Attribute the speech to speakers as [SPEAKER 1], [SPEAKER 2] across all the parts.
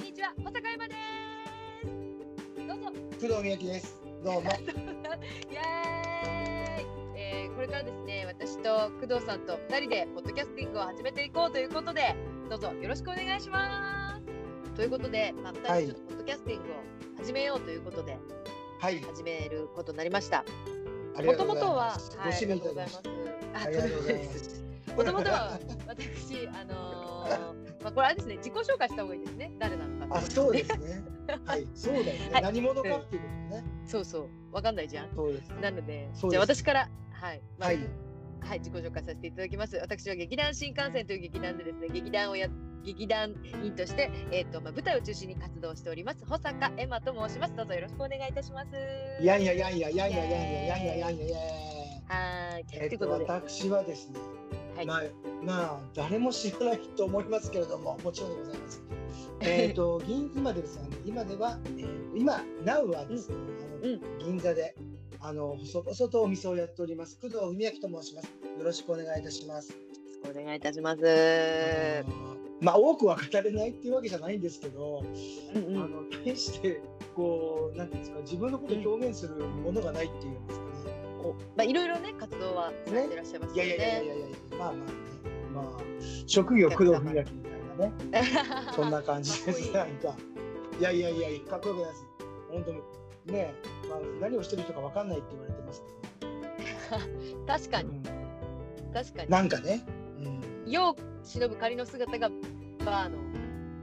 [SPEAKER 1] にちは、保坂山です。どうぞ。
[SPEAKER 2] 工藤美由紀です。どうも。
[SPEAKER 1] イエーイ。えーこれからですね、私と工藤さんと二人でポッドキャスティングを始めていこうということで、どうぞよろしくお願いします。ということで、まあ、
[SPEAKER 2] は
[SPEAKER 1] 二
[SPEAKER 2] い
[SPEAKER 1] 人でちょっとポッドキャスティングを始めようということで、
[SPEAKER 2] はい、
[SPEAKER 1] 始めることになりました。
[SPEAKER 2] あり
[SPEAKER 1] も
[SPEAKER 2] がと
[SPEAKER 1] と
[SPEAKER 2] うご
[SPEAKER 1] も
[SPEAKER 2] ざい
[SPEAKER 1] とは
[SPEAKER 2] ま、す。
[SPEAKER 1] はい、ありがとうございます。あ
[SPEAKER 2] ありがとうございま。
[SPEAKER 1] とんでもないですもともとは私、あの ーまあ、これあれですね、自己紹介した方がいいですね、誰なのか
[SPEAKER 2] あ、
[SPEAKER 1] ってこと
[SPEAKER 2] そうですね。はい、そうだよね。
[SPEAKER 1] はい
[SPEAKER 2] 何者かっていうことね。
[SPEAKER 1] そうそう、わかんないじゃん。
[SPEAKER 2] そうです。
[SPEAKER 1] なので、
[SPEAKER 2] そうです
[SPEAKER 1] じゃあ私から、はい、まあ
[SPEAKER 2] はい、
[SPEAKER 1] はい、自己紹介させていただきます。私は劇団新幹線という劇団でですね、劇団をや劇団員として、えっ、と、まあ、舞台を中心に活動しております。保坂エマと申します。どうぞよろしくお願いいたします。
[SPEAKER 2] やんややんややんややんややんややんややんや。
[SPEAKER 1] はーい、
[SPEAKER 2] え
[SPEAKER 1] と
[SPEAKER 2] っ、
[SPEAKER 1] いうこととで、
[SPEAKER 2] 私はですね。
[SPEAKER 1] はい、
[SPEAKER 2] まあ、まあ、誰も知らないと思いますけれども、もちろんでござい ます。えっと、銀、今でですね、今では、えー今、なうはですね、あの銀座で。あの、細々とお店をやっております。工藤文明と申します。よろしくお願いいたします。
[SPEAKER 1] お願いいたします。
[SPEAKER 2] あのまあ多くは語れないっていうわけじゃないんですけど、
[SPEAKER 1] うんう
[SPEAKER 2] あ
[SPEAKER 1] ん、
[SPEAKER 2] の大してこうなんていうんですか自分のことを表現するものがないっていうんですかね。
[SPEAKER 1] おまあ、いろいろね、活動はされてらっしゃいます
[SPEAKER 2] いや
[SPEAKER 1] よ
[SPEAKER 2] い
[SPEAKER 1] ね。
[SPEAKER 2] やいやいやいやまあまあねまあ職業工藤文明みたいなねそんな感じで
[SPEAKER 1] かっこい
[SPEAKER 2] す
[SPEAKER 1] い
[SPEAKER 2] なんかいやいやいやかっこよくないです本当にねまあ何をしてる人かわかんないって言われてますけ
[SPEAKER 1] 確か
[SPEAKER 2] ど、
[SPEAKER 1] に、
[SPEAKER 2] うん
[SPEAKER 1] 確かに。
[SPEAKER 2] なんかね、うん、
[SPEAKER 1] よう忍ぶ仮の姿がバー の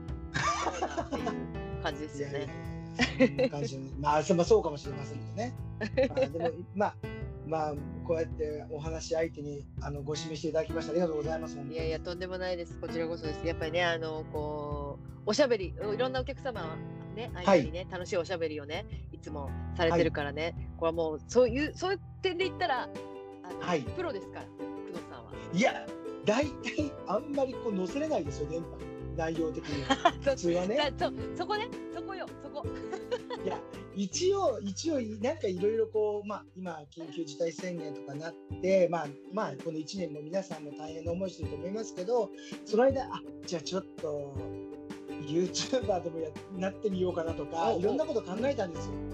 [SPEAKER 1] バーだっていう感じですよね。
[SPEAKER 2] いやいやいやそんな感じのまあ、そまあそうかもしれませんけどね。まあ、でも、まあ、まあ、こうやってお話し相手に、あの、ご指名していただきまして、ありがとうございます。本当
[SPEAKER 1] い
[SPEAKER 2] に
[SPEAKER 1] やいや、とんでもないです。こちらこそです。やっぱりね、あの、こう、おしゃべり、いろんなお客様、ね、相手にね、楽しいおしゃべりをね、いつもされてるからね、これはもう、そういう、そういう点で言ったら、あの
[SPEAKER 2] はい
[SPEAKER 1] プロですから、工藤さんは。
[SPEAKER 2] いや、大体、あんまりこう載せれないですよ、電波に。内容的 に。普通はね。
[SPEAKER 1] そそこね、そこよ、そこ。
[SPEAKER 2] いや、一応、一応、なんかいろいろこう、まあ、今、緊急事態宣言とかなって、まあ、まあ、この1年も皆さんも大変な思いしてると思いますけど、その間、あ、じゃあちょっと、YouTuber でもやなってみようかなとか、
[SPEAKER 1] おうおう
[SPEAKER 2] いろんなこと考えたんですよ。
[SPEAKER 1] うんうん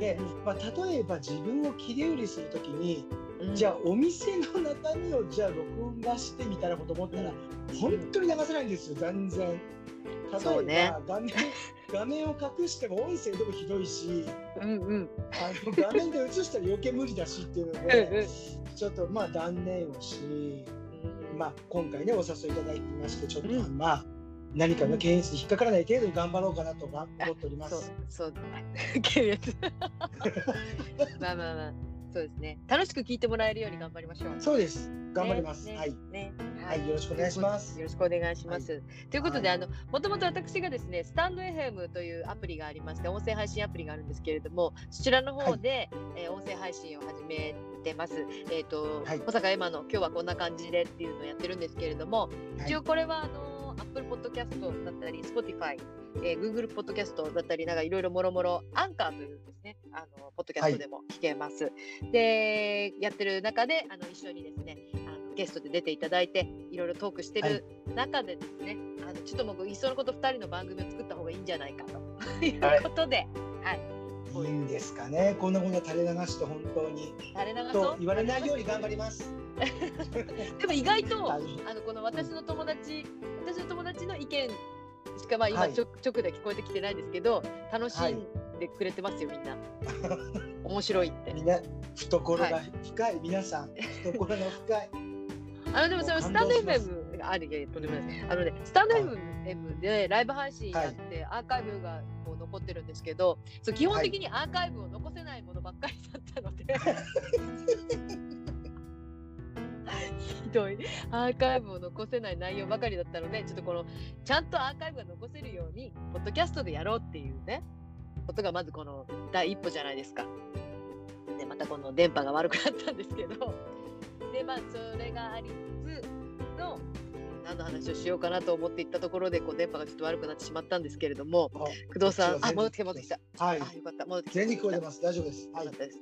[SPEAKER 2] で、まあ、例えば自分を切り売りするときに、
[SPEAKER 1] うん
[SPEAKER 2] じゃあお店の中身をじゃあ録音がしてみたいなこと思ったら、本当に流せないんですよ全然。例え
[SPEAKER 1] そ
[SPEAKER 2] ば、
[SPEAKER 1] うね
[SPEAKER 2] 画面画面を隠しても音声でもひどいし
[SPEAKER 1] うんうん。
[SPEAKER 2] あの画面で映したら余計無理だしっていうの
[SPEAKER 1] うんうん
[SPEAKER 2] でちょっとまあ断念をし、まあ、今回ねお誘いいただいてましてちょっと
[SPEAKER 1] うん
[SPEAKER 2] まあ、何かの検閲に引っかからない程度に頑張ろうかなと思っておりま
[SPEAKER 1] そう
[SPEAKER 2] す。
[SPEAKER 1] そう 軽蔑 まあまあまあそうですね楽しく聞いてもらえるように頑張りましょう
[SPEAKER 2] そうです頑張ります、
[SPEAKER 1] ね
[SPEAKER 2] はい、
[SPEAKER 1] ね
[SPEAKER 2] はいよろしくお願いします
[SPEAKER 1] よろしくお願いします、ということで、
[SPEAKER 2] はい
[SPEAKER 1] あのもともと私がですねスタンド FM というアプリがありまして音声配信アプリがあるんですけれどもそちらの方で、えー音声配信を始めてますえっ、と、
[SPEAKER 2] はい
[SPEAKER 1] 小坂エマの今日はこんな感じでっていうのをやってるんですけれども、
[SPEAKER 2] はい
[SPEAKER 1] 一応これはあの Apple Podcast だったり Spotify えー、Google ポッドキャストだったりなんかいろいろもろもろアンカーというですねあのポッドキャストでも聞けます。でやってる中であの一緒にですねあのゲストで出ていただいていろいろトークしてる中でですね、あのちょっともういっそのこと2人の番組を作った方がいいんじゃないかということで、はい
[SPEAKER 2] いいんですかね。こんなものは垂れ流して本当に
[SPEAKER 1] 垂れ流そ
[SPEAKER 2] と
[SPEAKER 1] う
[SPEAKER 2] 言われないように頑張り ます。
[SPEAKER 1] でも意外と
[SPEAKER 2] は
[SPEAKER 1] あ
[SPEAKER 2] い
[SPEAKER 1] のこの私の友達私の友達の意見しかまあ今
[SPEAKER 2] はい
[SPEAKER 1] ちょ、直では聞こえてきてないですけど楽しんでくれてますよみん な面白いって
[SPEAKER 2] みんな懐が深い、皆さん懐が深 い。
[SPEAKER 1] あのでもその
[SPEAKER 2] 感
[SPEAKER 1] スタン
[SPEAKER 2] 動
[SPEAKER 1] ド
[SPEAKER 2] します
[SPEAKER 1] FM があるいやいやとんでもないですあのねスタンド
[SPEAKER 2] はい
[SPEAKER 1] FM でライブ配信やってアーカイブがこう残ってるんですけど、そう基本的にアーカイブを残せないものばっかりだったので、ひどいアーカイブを残せない内容ばかりだったのでちょっとこのちゃんとアーカイブが残せるようにポッドキャストでやろうっていうねことがまずこの第一歩じゃないですか。でまたこの電波が悪くなったんですけどでまあそれがありつつの何の話をしようかなと思っていったところでこう電波がちょっと悪くなってしまったんですけれども工藤さ
[SPEAKER 2] そ
[SPEAKER 1] ん
[SPEAKER 2] う
[SPEAKER 1] あ
[SPEAKER 2] 全然
[SPEAKER 1] 戻ってきた戻ってきた、
[SPEAKER 2] はい。
[SPEAKER 1] あよかった戻ってきた
[SPEAKER 2] 全然聞こえてます。大丈夫です。はい
[SPEAKER 1] よかっ。たです。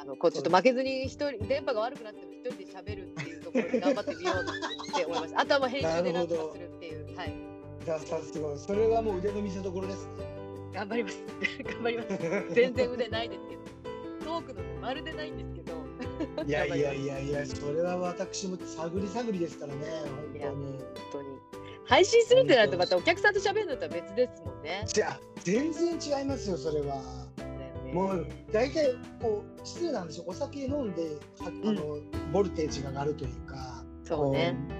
[SPEAKER 1] あのこうちょっと負けずに一人電波が悪くなっても一人で 喋るっていうところで頑張ってみようって思いました。あとはもう編集でなんとかするっていうはい
[SPEAKER 2] ださすごい。それはもう腕の見せ所 です
[SPEAKER 1] 頑張ります 頑張ります
[SPEAKER 2] ね。
[SPEAKER 1] 全然腕ないですけどトークのまるでないんですけど
[SPEAKER 2] いやいやいやいや、それは私も探り探りですからね、
[SPEAKER 1] い
[SPEAKER 2] 本
[SPEAKER 1] や
[SPEAKER 2] 当に。
[SPEAKER 1] 本当に配信するってなるとまたお客さんと喋るのとは別ですもんね
[SPEAKER 2] じゃあ、全然違いますよ、それは。もう、大体、こう、失礼なんですよ。お酒飲んで、はあの、ボルテージが上がるというか。
[SPEAKER 1] そうね
[SPEAKER 2] こ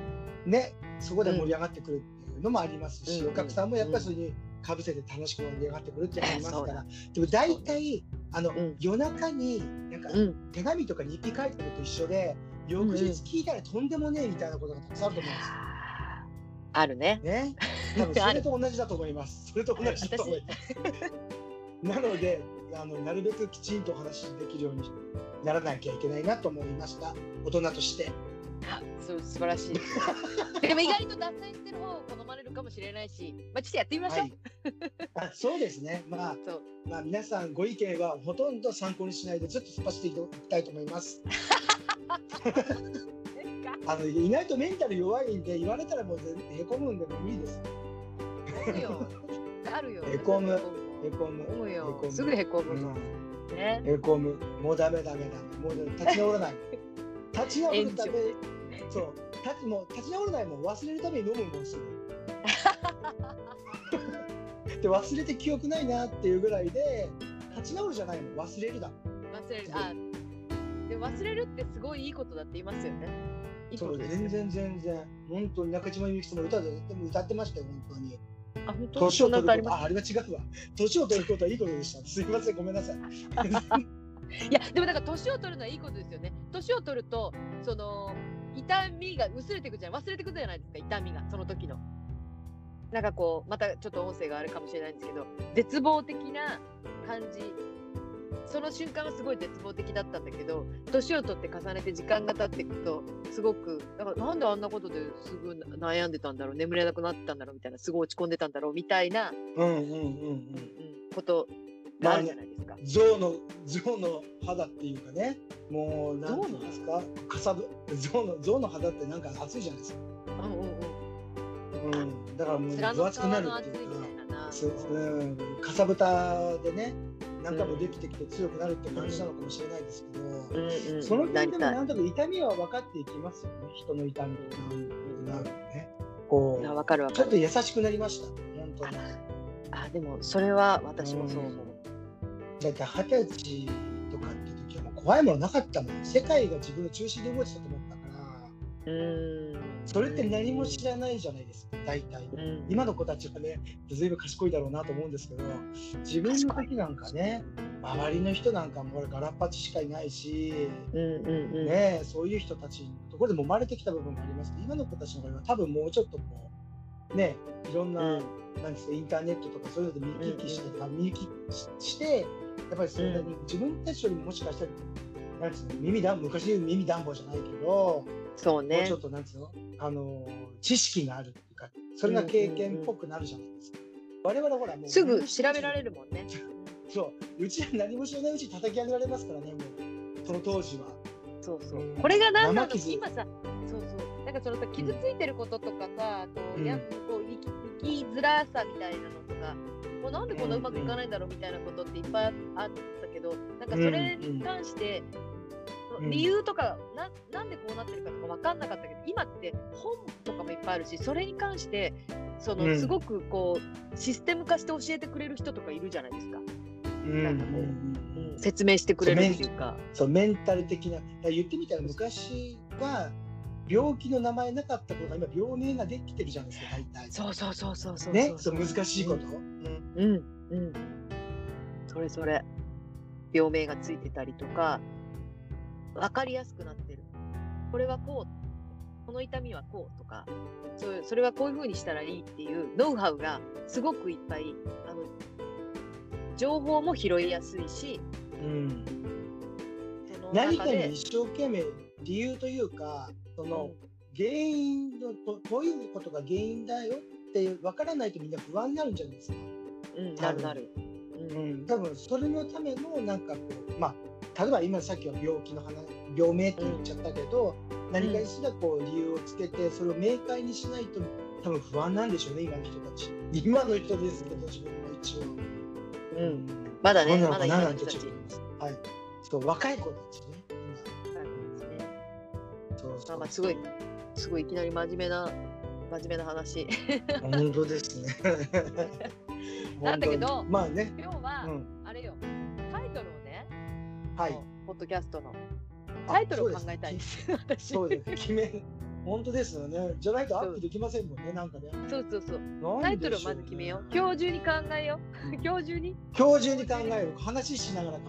[SPEAKER 2] うね、そこで盛り上がってくるっていうのもありますし、
[SPEAKER 1] うん
[SPEAKER 2] お客さんもやっぱりそれに。かぶせて楽しく盛り上がってくるっていうのもありますから、でも大体あの、
[SPEAKER 1] うん
[SPEAKER 2] 夜中になんか
[SPEAKER 1] うん
[SPEAKER 2] 手紙とか日記書いてると一緒で翌日
[SPEAKER 1] うんうん
[SPEAKER 2] 聞いたらとんでもねえみたいなことがたくさんあると思うんですよ
[SPEAKER 1] あるね
[SPEAKER 2] ね、多分それと同じだと思います。それと同じだと思います。 なので、あのなるべくきちんとお話しできるようにならなきゃいけないなと思いました。大人として。
[SPEAKER 1] あそう素晴ら しいでも意外と脱線してる方を好まれるかもしれないし、まあ、ちょっとやってみましょう、
[SPEAKER 2] はい。あ、そうですね。まあ、
[SPEAKER 1] そう
[SPEAKER 2] まあ皆さんご意見はほとんど参考にしないでずっと突っ走っていきたいと思います。あのいないとメンタル弱いんで言われたらもう全然へこむんでもう無理です。
[SPEAKER 1] あるよあるよ
[SPEAKER 2] へこむ
[SPEAKER 1] へ
[SPEAKER 2] へこむ。
[SPEAKER 1] こむ
[SPEAKER 2] へ
[SPEAKER 1] よ
[SPEAKER 2] こむ
[SPEAKER 1] すぐへこむ、
[SPEAKER 2] うん
[SPEAKER 1] ね
[SPEAKER 2] へこむ。もうダメダメダメ。もう立ち直らない。立ち直るため
[SPEAKER 1] 炎、
[SPEAKER 2] そう、立ちもう立ち直らないもん忘れるために飲むもんすぐ。 で忘れて記憶ないなっていうぐらいで立ち直るじゃないもん忘れるだ。
[SPEAKER 1] 忘れるあでも忘れるってすごいいいことだって言いますよねいいこ
[SPEAKER 2] そう
[SPEAKER 1] とです
[SPEAKER 2] 全
[SPEAKER 1] よ
[SPEAKER 2] 然全然本当に中島みゆきさんの歌ででも歌ってましたよ本当に。
[SPEAKER 1] あ本
[SPEAKER 2] 年を
[SPEAKER 1] 当
[SPEAKER 2] 取
[SPEAKER 1] そん
[SPEAKER 2] る
[SPEAKER 1] な
[SPEAKER 2] こ
[SPEAKER 1] あり
[SPEAKER 2] と
[SPEAKER 1] ま
[SPEAKER 2] ああれは違うわ。年を取ることはいいことでした。すいませんごめんな さい。
[SPEAKER 1] すいやでもなんか年を取るのはいいことですよね年を取るとその痛みが薄れてくじゃない忘れてくじゃないですか痛みがその時のなんかこうまたちょっと音声があるかもしれないんですけど絶望的な感じその瞬間はすごい絶望的だったんだけど年を取って重ねて時間が経っていくとすごくだからなんであんなことですぐ悩んでたんだろう眠れなくなったんだろうみたいなすごい落ち込んでたんだろうみたいな、
[SPEAKER 2] うんうんうんうん。
[SPEAKER 1] うん、ことがあるじゃないですか。
[SPEAKER 2] 象の象の肌っていうかねもうなんていうんですかかさぶ象の象の肌ってなんか熱いじゃないですか、
[SPEAKER 1] うんうんうん
[SPEAKER 2] うん、だからもう
[SPEAKER 1] 面
[SPEAKER 2] 分
[SPEAKER 1] の
[SPEAKER 2] 厚
[SPEAKER 1] 皮
[SPEAKER 2] くなる
[SPEAKER 1] の
[SPEAKER 2] って
[SPEAKER 1] 厚
[SPEAKER 2] い
[SPEAKER 1] み
[SPEAKER 2] うか
[SPEAKER 1] みたいなな。
[SPEAKER 2] そううん、かさぶたでね何回もできてきて強くなるって感じなのかもしれないですけど、
[SPEAKER 1] うんうん、
[SPEAKER 2] その
[SPEAKER 1] な
[SPEAKER 2] 点
[SPEAKER 1] り
[SPEAKER 2] でも
[SPEAKER 1] たい
[SPEAKER 2] なんとか痛みは分かっていきますよね人の痛みとかなるねこ
[SPEAKER 1] あ
[SPEAKER 2] う
[SPEAKER 1] わかるわ
[SPEAKER 2] ちょ
[SPEAKER 1] か
[SPEAKER 2] っと
[SPEAKER 1] る。
[SPEAKER 2] 優しくなりました本当に
[SPEAKER 1] あでもそれは私もそう思う。
[SPEAKER 2] だって二十歳とかって時はもう怖いものなかったもん世界が自分の中心で動いてたと思ったから
[SPEAKER 1] うーん。
[SPEAKER 2] それって何も知らないじゃないですか大体
[SPEAKER 1] うん。
[SPEAKER 2] 今の子たちはねずいぶん賢いだろうなと思うんですけど自分の時なんかね周りの人なんかもうガラッパチしかいないし、
[SPEAKER 1] うんうんうん。
[SPEAKER 2] ね、そういう人たちのところでも生まれてきた部分もありますけど今の子たちの場合は多分もうちょっとこうねいろん
[SPEAKER 1] う
[SPEAKER 2] な、
[SPEAKER 1] ん。
[SPEAKER 2] なんですかインターネットとかそういうので見聞きして、まあ見聞きしてやっぱりそれなりに自分たちよりももしかしたら、なんつうの耳だん昔で言う耳暖房じゃないけど、
[SPEAKER 1] そう
[SPEAKER 2] もう
[SPEAKER 1] ね
[SPEAKER 2] ちょ。っとなんつうのあのー知識があるっていうかそれが経験っぽくなるじゃないですか。我々ほらもう
[SPEAKER 1] すぐ調べられ
[SPEAKER 2] る
[SPEAKER 1] るもんね。
[SPEAKER 2] そううちは何も知らないうちに叩き上げられますからねもうその当時は。。
[SPEAKER 1] そうそううんこれが何なの
[SPEAKER 2] 生傷
[SPEAKER 1] 今さ、そうそう。なんかそのさ傷ついてることとかさ、こ
[SPEAKER 2] う
[SPEAKER 1] うんやこう生き生きづらさみたいなのとか。もうなんでこんなうまくいかないんだろうみたいなことっていっぱいあったけど、なんかそれに関して
[SPEAKER 2] うん
[SPEAKER 1] 理由とかななんでこうなってるかとか分かんなかったけど今って本とかもいっぱいあるしそれに関してその、
[SPEAKER 2] うん
[SPEAKER 1] すごくこうシステム化して教えてくれる人とかいるじゃないですか、
[SPEAKER 2] うん
[SPEAKER 1] なんかこう
[SPEAKER 2] うん
[SPEAKER 1] 説明してくれるっていうか
[SPEAKER 2] そうメンタル的なだから言ってみたら昔は病気の名前なかったことが今病名ができてるじゃないですか大体
[SPEAKER 1] そうそうそうそうそう
[SPEAKER 2] ね
[SPEAKER 1] そ
[SPEAKER 2] そうう難しいこと、
[SPEAKER 1] うんうんそれそれ病名がついてたりとか分かりやすくなってるこれはこうこの痛みはこうとかそうそれはこういうふうにしたらいいっていうノウハウがすごくいっぱいあの情報も拾いやすいし
[SPEAKER 2] うん
[SPEAKER 1] その
[SPEAKER 2] 何か
[SPEAKER 1] 中で
[SPEAKER 2] に一生懸命理由というかその原因のここういうことが原因だよって分からないとみんな不安になるんじゃないですか
[SPEAKER 1] うん、なるなる、う
[SPEAKER 2] うん、多分それのためのなんかこうまあ例えば今さっきは病気の話病名って言っちゃったけど、何かしらこう理由をつけてそれを明快にしないと多分不安なんでしょうね今の人たち今の人ですけど自分も一応、
[SPEAKER 1] うんまだね、
[SPEAKER 2] どうなの
[SPEAKER 1] まだ
[SPEAKER 2] か
[SPEAKER 1] 今
[SPEAKER 2] な
[SPEAKER 1] の
[SPEAKER 2] なんて
[SPEAKER 1] 人た
[SPEAKER 2] ち
[SPEAKER 1] ち
[SPEAKER 2] ょっ。とはいそう若い子たちね今そうそう
[SPEAKER 1] まあまあすごいすごいいきなり真面目な、真面目な 話。
[SPEAKER 2] 本当です ね
[SPEAKER 1] なんだけど
[SPEAKER 2] 本当にまあね、
[SPEAKER 1] 今日は、
[SPEAKER 2] うん、
[SPEAKER 1] あれよ、タイトルをね、
[SPEAKER 2] はい
[SPEAKER 1] ポッドキャストの
[SPEAKER 2] あ
[SPEAKER 1] タイトルを
[SPEAKER 2] そう
[SPEAKER 1] 考
[SPEAKER 2] です
[SPEAKER 1] えたいです、私。
[SPEAKER 2] そうです。決め、本当ですよね。じゃないとアップできませんもんね、なんかね。
[SPEAKER 1] そうそうそ
[SPEAKER 2] な
[SPEAKER 1] う。
[SPEAKER 2] んでしょうね
[SPEAKER 1] タイトルをまず決めよう。今日中に考えよう。 今日中に。
[SPEAKER 2] 今日中に考える。話しながら考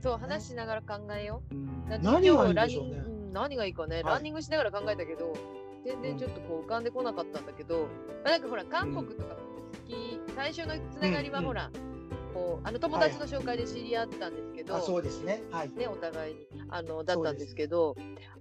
[SPEAKER 1] そう、話しながら考えよ
[SPEAKER 2] える。
[SPEAKER 1] う。だって
[SPEAKER 2] 何
[SPEAKER 1] 今
[SPEAKER 2] がい
[SPEAKER 1] 日
[SPEAKER 2] いんでし
[SPEAKER 1] ランニ
[SPEAKER 2] ょう
[SPEAKER 1] ング
[SPEAKER 2] ね。
[SPEAKER 1] うん何がいいかね、
[SPEAKER 2] い
[SPEAKER 1] ランニングしながら考えたけど、全然ちょっとこう浮かんでこなかったんだけど、まあなんかほら、韓国とか好き、最初のつながりはほら、こうあの友達の紹介で知り合ったんですけど、
[SPEAKER 2] あ、そうですね。はい。
[SPEAKER 1] ね、お互いにあのだったんですけど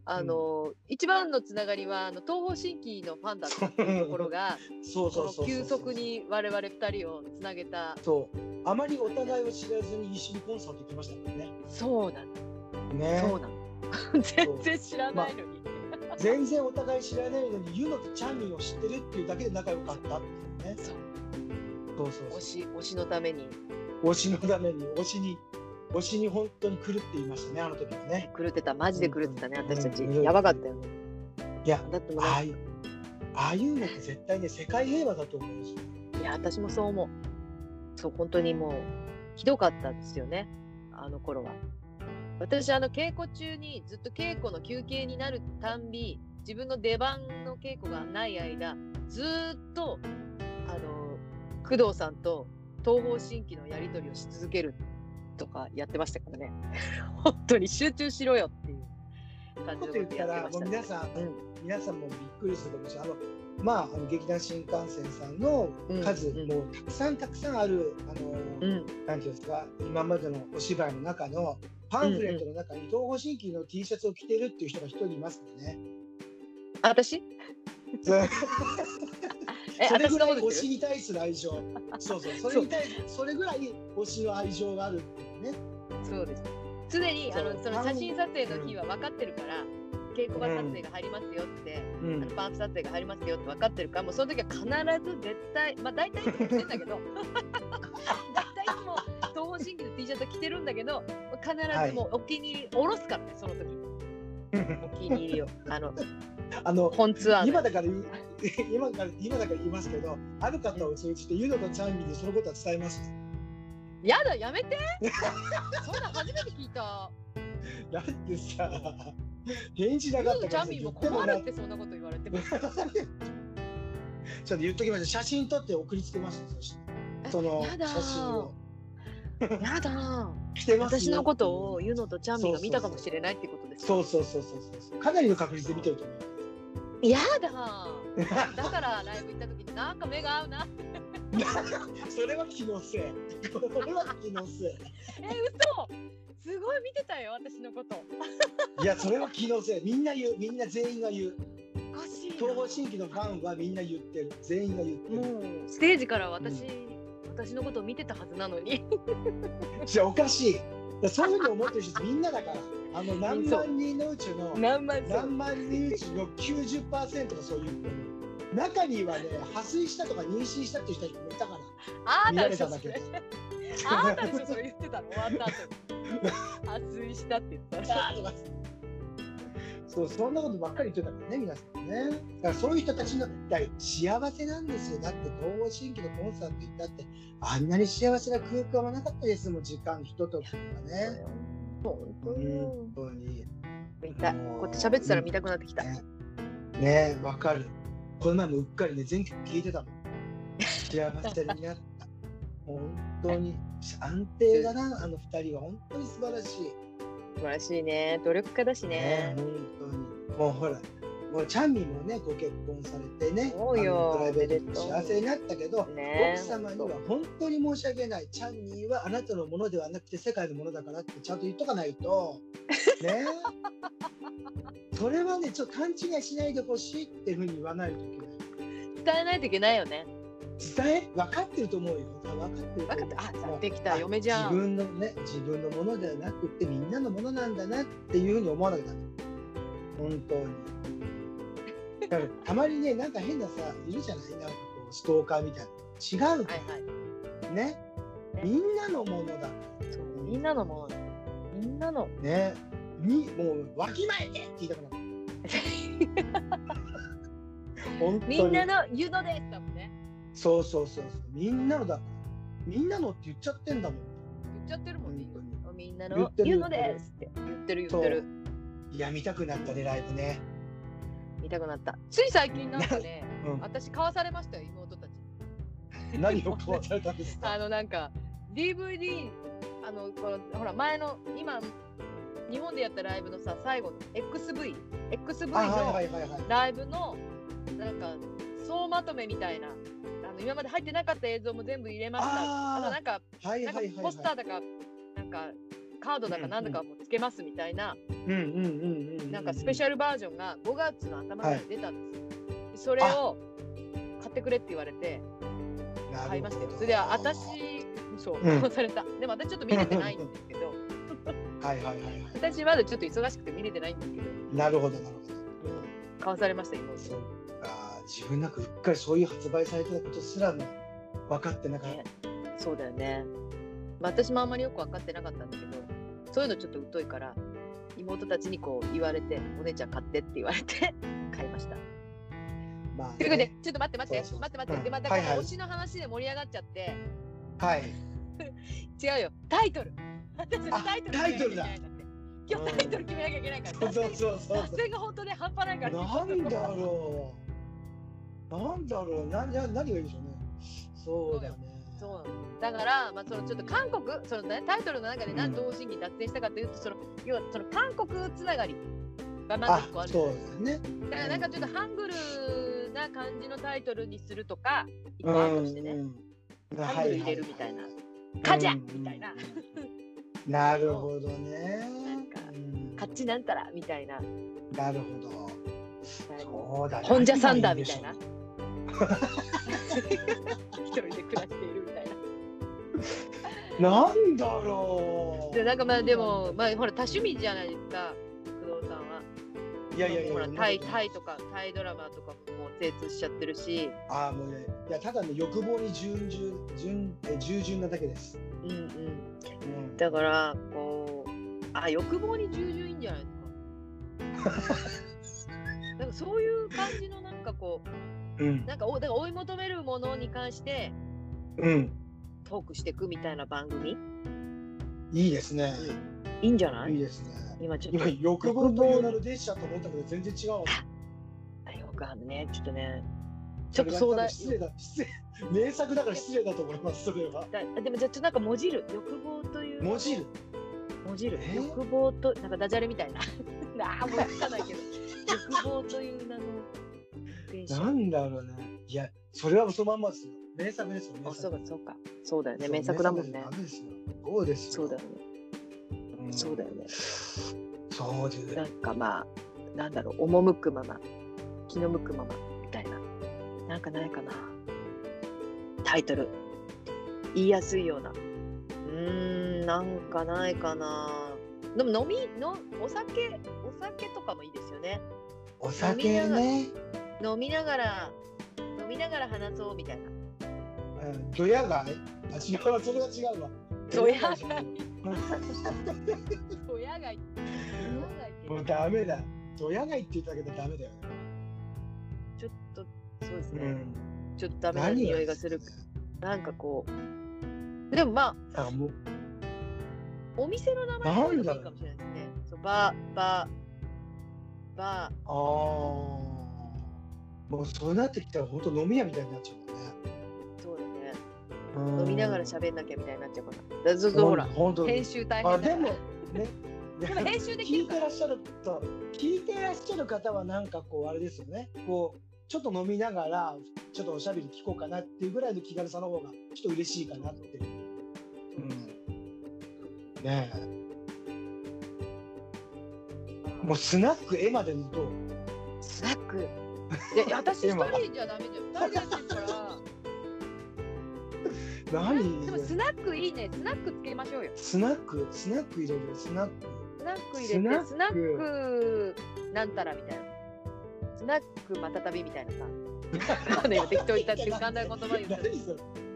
[SPEAKER 1] あの、一番のつながりはあの東方神起のファンだったとこ ろが
[SPEAKER 2] そうそう
[SPEAKER 1] こ
[SPEAKER 2] そ
[SPEAKER 1] の
[SPEAKER 2] う。
[SPEAKER 1] 急速。に我々二人をつなげた
[SPEAKER 2] そう。あまりお互いを知らずに一緒にコンサート行きましたもんね。
[SPEAKER 1] そうなの、
[SPEAKER 2] ね。
[SPEAKER 1] そうなの 全然知らないのに、
[SPEAKER 2] 全然お互い知らないのに、ユノとチャンミンを知ってるっていうだけで仲良かったっていうね。
[SPEAKER 1] そ
[SPEAKER 2] そう
[SPEAKER 1] う
[SPEAKER 2] そうそう
[SPEAKER 1] 推。し推しのために
[SPEAKER 2] 推しのために、推しに、推しに本当に狂っていましたね、あの時はね。
[SPEAKER 1] 狂ってたマジで狂ってたね
[SPEAKER 2] うん
[SPEAKER 1] 私たち、
[SPEAKER 2] うん
[SPEAKER 1] やばかったよね
[SPEAKER 2] いや、
[SPEAKER 1] だってもう
[SPEAKER 2] あ
[SPEAKER 1] な
[SPEAKER 2] あいう、ああいうのって絶対ね、世界平和だと思うんですよ。
[SPEAKER 1] いや私もそう思うそう本当にもうひどかったですよねあの頃は私あの稽古中にずっと稽古の休憩になるたんび自分の出番の稽古がない間ずーっとあの工藤さんと東方神起のやり取りをし続けるとかやってましたからね 本当に集中しろよっていう感
[SPEAKER 2] こ
[SPEAKER 1] じ
[SPEAKER 2] と言っ
[SPEAKER 1] のこと
[SPEAKER 2] た
[SPEAKER 1] やっ
[SPEAKER 2] ら、も
[SPEAKER 1] てまし
[SPEAKER 2] う
[SPEAKER 1] た
[SPEAKER 2] 皆
[SPEAKER 1] ね。
[SPEAKER 2] さん、
[SPEAKER 1] うん
[SPEAKER 2] 皆さんもびっくりすると思うし、あの、まあ、あの劇団新幹線さんの数、
[SPEAKER 1] うん
[SPEAKER 2] もうたくさんたくさんある、あの、
[SPEAKER 1] うん
[SPEAKER 2] なんていうんですか、今までのお芝居の中の。パンフレットの中に東方神起の T シャツを着てるっていう人が一人いますからね。
[SPEAKER 1] あ私
[SPEAKER 2] それ
[SPEAKER 1] え
[SPEAKER 2] それぐ
[SPEAKER 1] 私の
[SPEAKER 2] ら
[SPEAKER 1] こ
[SPEAKER 2] い
[SPEAKER 1] と
[SPEAKER 2] 推
[SPEAKER 1] です
[SPEAKER 2] しに対する愛情。そうそう、それに対する、それぐらい推しの愛情があるっていうね。
[SPEAKER 1] そうです。すでにあの
[SPEAKER 2] そう
[SPEAKER 1] その写真撮影の日は分かってるから、稽古場撮影が入りますよって、
[SPEAKER 2] うん
[SPEAKER 1] あのパーツ撮影が入りますよって分かってるから、もうその時は必ず絶対、まあ大体いつも着てんだけど、 大体いつも東方神起の T シャツ着てるんだけど、必ずもうお気に入り、おろすからね、その時。お気に入りを。あの、
[SPEAKER 2] あの、
[SPEAKER 1] 本ツアー
[SPEAKER 2] 今
[SPEAKER 1] の。
[SPEAKER 2] だから言う 今から今だから言いますけどある方を通じてユノとチャンミンにそのことは伝えます
[SPEAKER 1] やだ、や めてそんなん初めて聞いた。
[SPEAKER 2] だってさ 返事な
[SPEAKER 1] ユ
[SPEAKER 2] かっ
[SPEAKER 1] ー
[SPEAKER 2] た
[SPEAKER 1] の
[SPEAKER 2] か
[SPEAKER 1] ジ
[SPEAKER 2] ら
[SPEAKER 1] ャ
[SPEAKER 2] さ
[SPEAKER 1] ミー
[SPEAKER 2] 言
[SPEAKER 1] も
[SPEAKER 2] っても
[SPEAKER 1] 困
[SPEAKER 2] な
[SPEAKER 1] る
[SPEAKER 2] ち
[SPEAKER 1] ってそんなこと言われても。
[SPEAKER 2] ょっと言っときました写真撮って送りつけましたそしてその
[SPEAKER 1] や
[SPEAKER 2] 写
[SPEAKER 1] だー
[SPEAKER 2] 真を
[SPEAKER 1] やだー。
[SPEAKER 2] 着てますよ
[SPEAKER 1] 私のことをユノとチャンミン
[SPEAKER 2] そ
[SPEAKER 1] が
[SPEAKER 2] うそうそう
[SPEAKER 1] 見たかもしれないってことですか
[SPEAKER 2] そうそうそうそうそうそうかなりの確率で見てると思う
[SPEAKER 1] やだだからライブ行った時になんか目が合うな
[SPEAKER 2] それは機能性それは機能性
[SPEAKER 1] え嘘すごい見てたよ私のこと
[SPEAKER 2] いやそれは機能性みんな言うみんな全員が言う
[SPEAKER 1] おかしい
[SPEAKER 2] 東方新規のファンはみんな言ってる全員が言ってる
[SPEAKER 1] もうステージから私、私のことを見てたはずなのに
[SPEAKER 2] じゃおかしい。だからそういうふうに思ってる人みんなだから、あの何万人のうち の
[SPEAKER 1] 何万
[SPEAKER 2] 何万人うちの90%がそう言ってる。中にはね、破水したとか妊娠したっていう人もいたか
[SPEAKER 1] あ
[SPEAKER 2] ら、
[SPEAKER 1] ー
[SPEAKER 2] 見
[SPEAKER 1] た
[SPEAKER 2] られた
[SPEAKER 1] でしょそ
[SPEAKER 2] だけ
[SPEAKER 1] れ
[SPEAKER 2] で。
[SPEAKER 1] あーたでしょそれ言ってたの終わった後に発水したって言ったら
[SPEAKER 2] あーとかそう、そんなことばっかり言ってたからね、皆さんね。だからそういう人たちのだから幸せなんですよ。だって、東方新規のコンサート行ったって、あんなに幸せな空間はなかったですもん、時間、人とかね。
[SPEAKER 1] 本当よ
[SPEAKER 2] 本当に。
[SPEAKER 1] 見たいこうやって喋ってたら見たくなってきた、
[SPEAKER 2] ねねえわかるこの前もうっかりね全曲聞いてたもん幸せになった本当に安定だなあの二人は本当に素晴らしいね
[SPEAKER 1] 素晴らしいね努力家だし
[SPEAKER 2] え
[SPEAKER 1] ね
[SPEAKER 2] 本当にもうほらもうチャンミンもねご結婚されてね
[SPEAKER 1] そうよ
[SPEAKER 2] あのプライベート
[SPEAKER 1] おめ
[SPEAKER 2] で
[SPEAKER 1] でとう
[SPEAKER 2] 幸せになったけど、
[SPEAKER 1] ね
[SPEAKER 2] 奥様には本当に申し訳ないチャンミンはあなたのものではなくて世界のものだからってちゃんと言っとかないと ねえそれはねちょっと勘違いしないでほしいっていうふうに言わないといけない。
[SPEAKER 1] 伝えないといけないよね
[SPEAKER 2] 伝え分かってると思うよ分かってる
[SPEAKER 1] 分かったあ
[SPEAKER 2] もう
[SPEAKER 1] できた嫁じゃん
[SPEAKER 2] 自分のね自分のものではなくってみんなのものなんだなっていうふうに思わなきゃダメ本当にだからたまにねなんか変なさいるじゃないなんかこうストーカーみたいな違う
[SPEAKER 1] はいはい
[SPEAKER 2] ねみんなのものだ
[SPEAKER 1] そうみんなのもみんなの
[SPEAKER 2] ねにもうわきまえてって言いたくなる 本当に
[SPEAKER 1] みんなの湯のですだもんね
[SPEAKER 2] そうそうそうそうみんなのだみんなのって言っちゃってんだもん
[SPEAKER 1] 言っちゃってるもんね
[SPEAKER 2] 本当に
[SPEAKER 1] みんな
[SPEAKER 2] 言
[SPEAKER 1] の
[SPEAKER 2] ってる
[SPEAKER 1] 湯のですって言ってる言ってる
[SPEAKER 2] いや見たくなったねライブ ね
[SPEAKER 1] 見たくなったつい最近なんかね
[SPEAKER 2] うん
[SPEAKER 1] 私買わされましたよ妹たちに
[SPEAKER 2] 何を壊されたんです
[SPEAKER 1] あ
[SPEAKER 2] か
[SPEAKER 1] のなんか DVD あのこのほら前の今日本でやったライブのさ最後の XVXV
[SPEAKER 2] あは
[SPEAKER 1] の
[SPEAKER 2] いはいはいはい
[SPEAKER 1] ライブのなんか総まとめみたいなあの今まで入ってなかった映像も全部入れました
[SPEAKER 2] あー
[SPEAKER 1] あとなんか
[SPEAKER 2] はい
[SPEAKER 1] なん
[SPEAKER 2] はい
[SPEAKER 1] か
[SPEAKER 2] はい
[SPEAKER 1] ポスタ
[SPEAKER 2] は
[SPEAKER 1] ー
[SPEAKER 2] い
[SPEAKER 1] だかなんかカードだかなんだかもつけますみたいな
[SPEAKER 2] うんうんうんうんう
[SPEAKER 1] なんかスペシャルバージョンが5月の頭に出たんです
[SPEAKER 2] はい
[SPEAKER 1] よ、それを買ってくれって言われて
[SPEAKER 2] なるほど
[SPEAKER 1] 買いましたよそれで私 そう
[SPEAKER 2] うん
[SPEAKER 1] 殺されたでも私ちょっと見れてないんですけど
[SPEAKER 2] はいはいはいはい
[SPEAKER 1] 私まだちょっと忙しくて見れてないんですけど
[SPEAKER 2] なるほどなるほど
[SPEAKER 1] 買わされました今
[SPEAKER 2] そうか自分なんかうっかりそういう発売されてたことすらも分かってなかっ
[SPEAKER 1] ねそうだよね、まあ、私もあんまりよく分かってなかったんだけどそういうのちょっと疎いから妹たちにこう言われてお姉ちゃん買ってって言われて 買いました
[SPEAKER 2] たまあ
[SPEAKER 1] ということで
[SPEAKER 2] ね
[SPEAKER 1] ちょっと待って待って
[SPEAKER 2] そうそう
[SPEAKER 1] 待って待って
[SPEAKER 2] うん
[SPEAKER 1] でまたこの
[SPEAKER 2] はいはい
[SPEAKER 1] 推しの話で盛り上がっちゃって、
[SPEAKER 2] はい
[SPEAKER 1] 違うよタイトル私
[SPEAKER 2] あ
[SPEAKER 1] タイトル決めなきゃいけないんだって今日タイトル決めなきゃいけないから
[SPEAKER 2] そうそう
[SPEAKER 1] 脱
[SPEAKER 2] そうそう
[SPEAKER 1] 線が本当ね半端ないから
[SPEAKER 2] なんだろうなんだろうなな何がいいでしょうねそうだね
[SPEAKER 1] そうなのだから、まあ、そのちょっと韓国その、ね、タイトルの中で何と方針に脱線したかというと、その要はその韓国つながりがま
[SPEAKER 2] あ
[SPEAKER 1] ず一個ある
[SPEAKER 2] そうですね
[SPEAKER 1] だからなんかちょっとハングルな感じのタイトルにするとか一
[SPEAKER 2] う
[SPEAKER 1] 個あるとして
[SPEAKER 2] ん
[SPEAKER 1] ね、
[SPEAKER 2] うん
[SPEAKER 1] ハングル入れるみたいなカジャみたいな、
[SPEAKER 2] なるほどね。
[SPEAKER 1] なんか
[SPEAKER 2] うん
[SPEAKER 1] カッチなんたらみたいな
[SPEAKER 2] なるほど。そうだね。
[SPEAKER 1] 本社サンダーみたいな。
[SPEAKER 2] 何がいいんでしょう。
[SPEAKER 1] 一人で暮らしているみたいな。
[SPEAKER 2] なんだろう。
[SPEAKER 1] でなんかまあでも、まあ、ほら多趣味じゃないですか工藤さんは。
[SPEAKER 2] いやいやいや。
[SPEAKER 1] ほらタイタイと
[SPEAKER 2] か。
[SPEAKER 1] かタイドラマとかももう精通しちゃってるし、
[SPEAKER 2] ああもうねいやただの欲望に準準準え従順なだけです。
[SPEAKER 1] うんうん、
[SPEAKER 2] うん
[SPEAKER 1] だからこうあ欲望に従順いいんじゃない ですか。なんかそういう感じのなんかこ
[SPEAKER 2] うん
[SPEAKER 1] うなんかおだから追い求めるものに関して
[SPEAKER 2] うん
[SPEAKER 1] トークしていくみたいな番組
[SPEAKER 2] いいですね。
[SPEAKER 1] いいんじゃないい
[SPEAKER 2] いですね。
[SPEAKER 1] 今ちょっと
[SPEAKER 2] 今欲望という名の列車と思ったけど全然違うわ。
[SPEAKER 1] あよくあるねちょっとねちょっと壮
[SPEAKER 2] それは多分
[SPEAKER 1] 大
[SPEAKER 2] 失礼だ失礼 名作だから失礼だと思いますそれは。
[SPEAKER 1] だでもじゃあちょっとなんかもじる欲望という
[SPEAKER 2] 文字る。
[SPEAKER 1] もじる
[SPEAKER 2] え
[SPEAKER 1] 欲望となんかダジャレみたいな なあもうつかな いけど欲望という名の電車
[SPEAKER 2] なんだろうね。いや、それはそのまんまですよ。名作ですよ。名
[SPEAKER 1] あそう
[SPEAKER 2] 作
[SPEAKER 1] かそうかそうだよね
[SPEAKER 2] そう
[SPEAKER 1] 名作だもんね
[SPEAKER 2] 名作ですよそうですよ。
[SPEAKER 1] そうだよね、
[SPEAKER 2] ん
[SPEAKER 1] そうだよ。ね
[SPEAKER 2] そうです
[SPEAKER 1] なんかまあなんだろう赴くまま気の向くままみたいななんかないかなタイトル言いやすいようなうーんなんかないかなでも飲みのお酒お酒とかもいいですよね
[SPEAKER 2] お酒ね。
[SPEAKER 1] 飲みながら飲みながら話そうみたいな
[SPEAKER 2] うんドヤ街。あ、違うわ、それは違うわ。
[SPEAKER 1] ドヤ街
[SPEAKER 2] ドヤ街
[SPEAKER 1] 親がい
[SPEAKER 2] もうダメだ。ドヤ街って言ったけど、ダメだよね。
[SPEAKER 1] ちょっとそうですね、
[SPEAKER 2] うん。
[SPEAKER 1] ちょっとダメな匂いがするなんかこうでもまあ
[SPEAKER 2] あ、もう、
[SPEAKER 1] お店の名前とかでもいいかもしれないですねそうバーバーバ
[SPEAKER 2] ああ。もう、そうなってきたら、本当飲み屋みたいになっちゃ
[SPEAKER 1] ーそうだね
[SPEAKER 2] うもんね。
[SPEAKER 1] 飲みながら
[SPEAKER 2] べ
[SPEAKER 1] 喋んなきゃみたいになっちゃうかなだからずっとほら
[SPEAKER 2] 本当
[SPEAKER 1] 編集大変
[SPEAKER 2] あ、
[SPEAKER 1] だ
[SPEAKER 2] で
[SPEAKER 1] から
[SPEAKER 2] も、ね。
[SPEAKER 1] で も編集でき
[SPEAKER 2] 聞
[SPEAKER 1] る
[SPEAKER 2] い
[SPEAKER 1] か
[SPEAKER 2] て
[SPEAKER 1] ら
[SPEAKER 2] らっしゃると聞いてらっしゃる方はなんかこうあれですよねこうちょっと飲みながらちょっとおしゃべり聞こうかなっていうぐらいの気軽さの方がちょっと嬉しいかなっていう、ねえもうスナック絵までのと
[SPEAKER 1] スナックいやいや私一
[SPEAKER 2] 今
[SPEAKER 1] 人じゃダメじゃん二人でやってるから
[SPEAKER 2] 何
[SPEAKER 1] でもスナックいいね。スナックつけましょうよ。
[SPEAKER 2] スナックスナック入れるスナック
[SPEAKER 1] スナック入れ
[SPEAKER 2] ス
[SPEAKER 1] て、ス
[SPEAKER 2] ナ
[SPEAKER 1] ナ
[SPEAKER 2] ッ
[SPEAKER 1] ッ
[SPEAKER 2] ク
[SPEAKER 1] クなんたらみたいな。スナックまたたびみたい なさ。なんだよ、適当に言ったって浮かんだ言葉言った。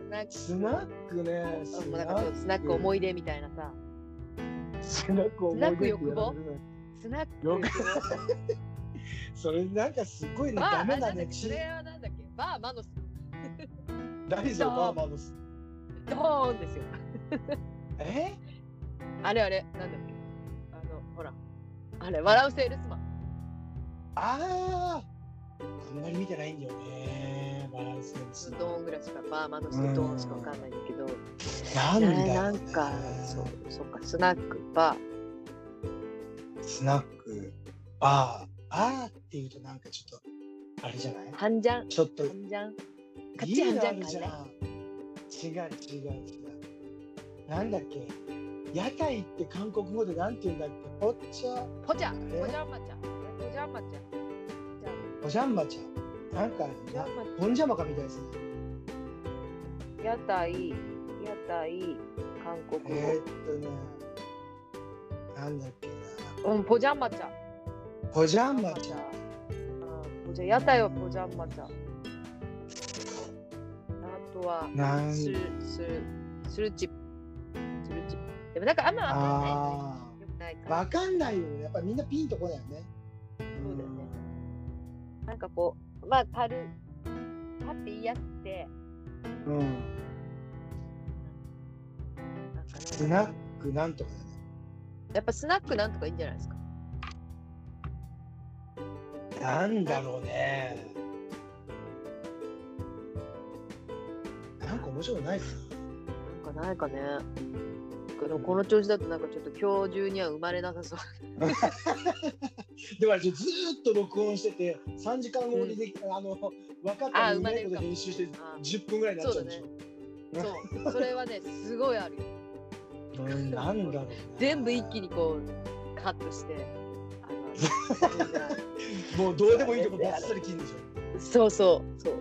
[SPEAKER 2] 何それス
[SPEAKER 1] ス ナック
[SPEAKER 2] ナックねス
[SPEAKER 1] もう
[SPEAKER 2] ナ
[SPEAKER 1] なんかちょっ
[SPEAKER 2] ッ
[SPEAKER 1] と
[SPEAKER 2] ク
[SPEAKER 1] スナック思い出みたいなさ。
[SPEAKER 2] スナック思い出ってやられるの
[SPEAKER 1] スナッ
[SPEAKER 2] よ
[SPEAKER 1] ク。
[SPEAKER 2] それなんかすごいね
[SPEAKER 1] バー
[SPEAKER 2] ダ
[SPEAKER 1] あ
[SPEAKER 2] メ
[SPEAKER 1] なんだ
[SPEAKER 2] だ
[SPEAKER 1] っけ
[SPEAKER 2] ね
[SPEAKER 1] それはなんだっけバーマノス。
[SPEAKER 2] 大丈夫バーマのス
[SPEAKER 1] ドーンですよ。
[SPEAKER 2] え
[SPEAKER 1] あれあれ、なんだっけあの、ほら。あれ、笑うセールスマン。
[SPEAKER 2] あああんまり見てないんだよねバランスのスナック
[SPEAKER 1] ドーンぐらいしか、バーマノスドーンしかわかんないんだけど。
[SPEAKER 2] なんだよね
[SPEAKER 1] ねなんか、そう、そっか、スナック、バー。
[SPEAKER 2] スナックバーバーっていうとなんかちょっとあれじゃない
[SPEAKER 1] ハンジャン、
[SPEAKER 2] ちょっと
[SPEAKER 1] ハンジャン。カッ
[SPEAKER 2] ビ
[SPEAKER 1] チハ
[SPEAKER 2] ー
[SPEAKER 1] ン
[SPEAKER 2] ル
[SPEAKER 1] ジ
[SPEAKER 2] あ
[SPEAKER 1] ャン
[SPEAKER 2] る
[SPEAKER 1] か
[SPEAKER 2] じ
[SPEAKER 1] ね。
[SPEAKER 2] ゃん違う違う違うなんだっけ屋台って韓国語でなんて言うんだっけポッチャ
[SPEAKER 1] ポチャ、
[SPEAKER 2] え
[SPEAKER 1] ポジャンマチャ、ポジャンマチャ。じゃ
[SPEAKER 2] おじゃんまちゃんなんか
[SPEAKER 1] あ、ポジ
[SPEAKER 2] な
[SPEAKER 1] ャンマチ
[SPEAKER 2] ほんじゃまかみたいですね
[SPEAKER 1] ャ。屋台、屋台、韓国
[SPEAKER 2] えー
[SPEAKER 1] 語。
[SPEAKER 2] っとねなんだっけな
[SPEAKER 1] うん、ポジャンマチャ。
[SPEAKER 2] おじゃんまちゃん
[SPEAKER 1] うんポジャ屋台はポジャンマチャ。あとは、
[SPEAKER 2] なん
[SPEAKER 1] スル、スル、スルチップ。スルチップ。でもなんかあんまわかんないよね。
[SPEAKER 2] あ
[SPEAKER 1] よくないか
[SPEAKER 2] ー
[SPEAKER 1] ら。
[SPEAKER 2] わかんないよねやっぱみんなピンとこないよね
[SPEAKER 1] そうだよねなんかこう、まあ、軽い。パって言いやすくて。
[SPEAKER 2] うん
[SPEAKER 1] なんかね
[SPEAKER 2] スナックなんとか
[SPEAKER 1] やっぱスナックなんとかいいんじゃないですか。
[SPEAKER 2] だね。なんだろうね。なんか面白いのないっす
[SPEAKER 1] なんかないかね。でもこの調子だとなんかちょっと今日中には生まれなさそう。
[SPEAKER 2] でもあれずーっと録音してて、3時間後にでき、あの分かった
[SPEAKER 1] あ
[SPEAKER 2] ら
[SPEAKER 1] ー
[SPEAKER 2] うまいこ
[SPEAKER 1] 生まれる
[SPEAKER 2] と
[SPEAKER 1] かも
[SPEAKER 2] 編集して
[SPEAKER 1] あー
[SPEAKER 2] 10分ぐらいになっちゃうんでし
[SPEAKER 1] そう。それはね、すごいあるよ。
[SPEAKER 2] ょ。うんなんだろうね。
[SPEAKER 1] 全部一気にこう、カットして。 あ
[SPEAKER 2] もうどうでもいいとこばっさり切るんでしょ。
[SPEAKER 1] のそうそう。そう。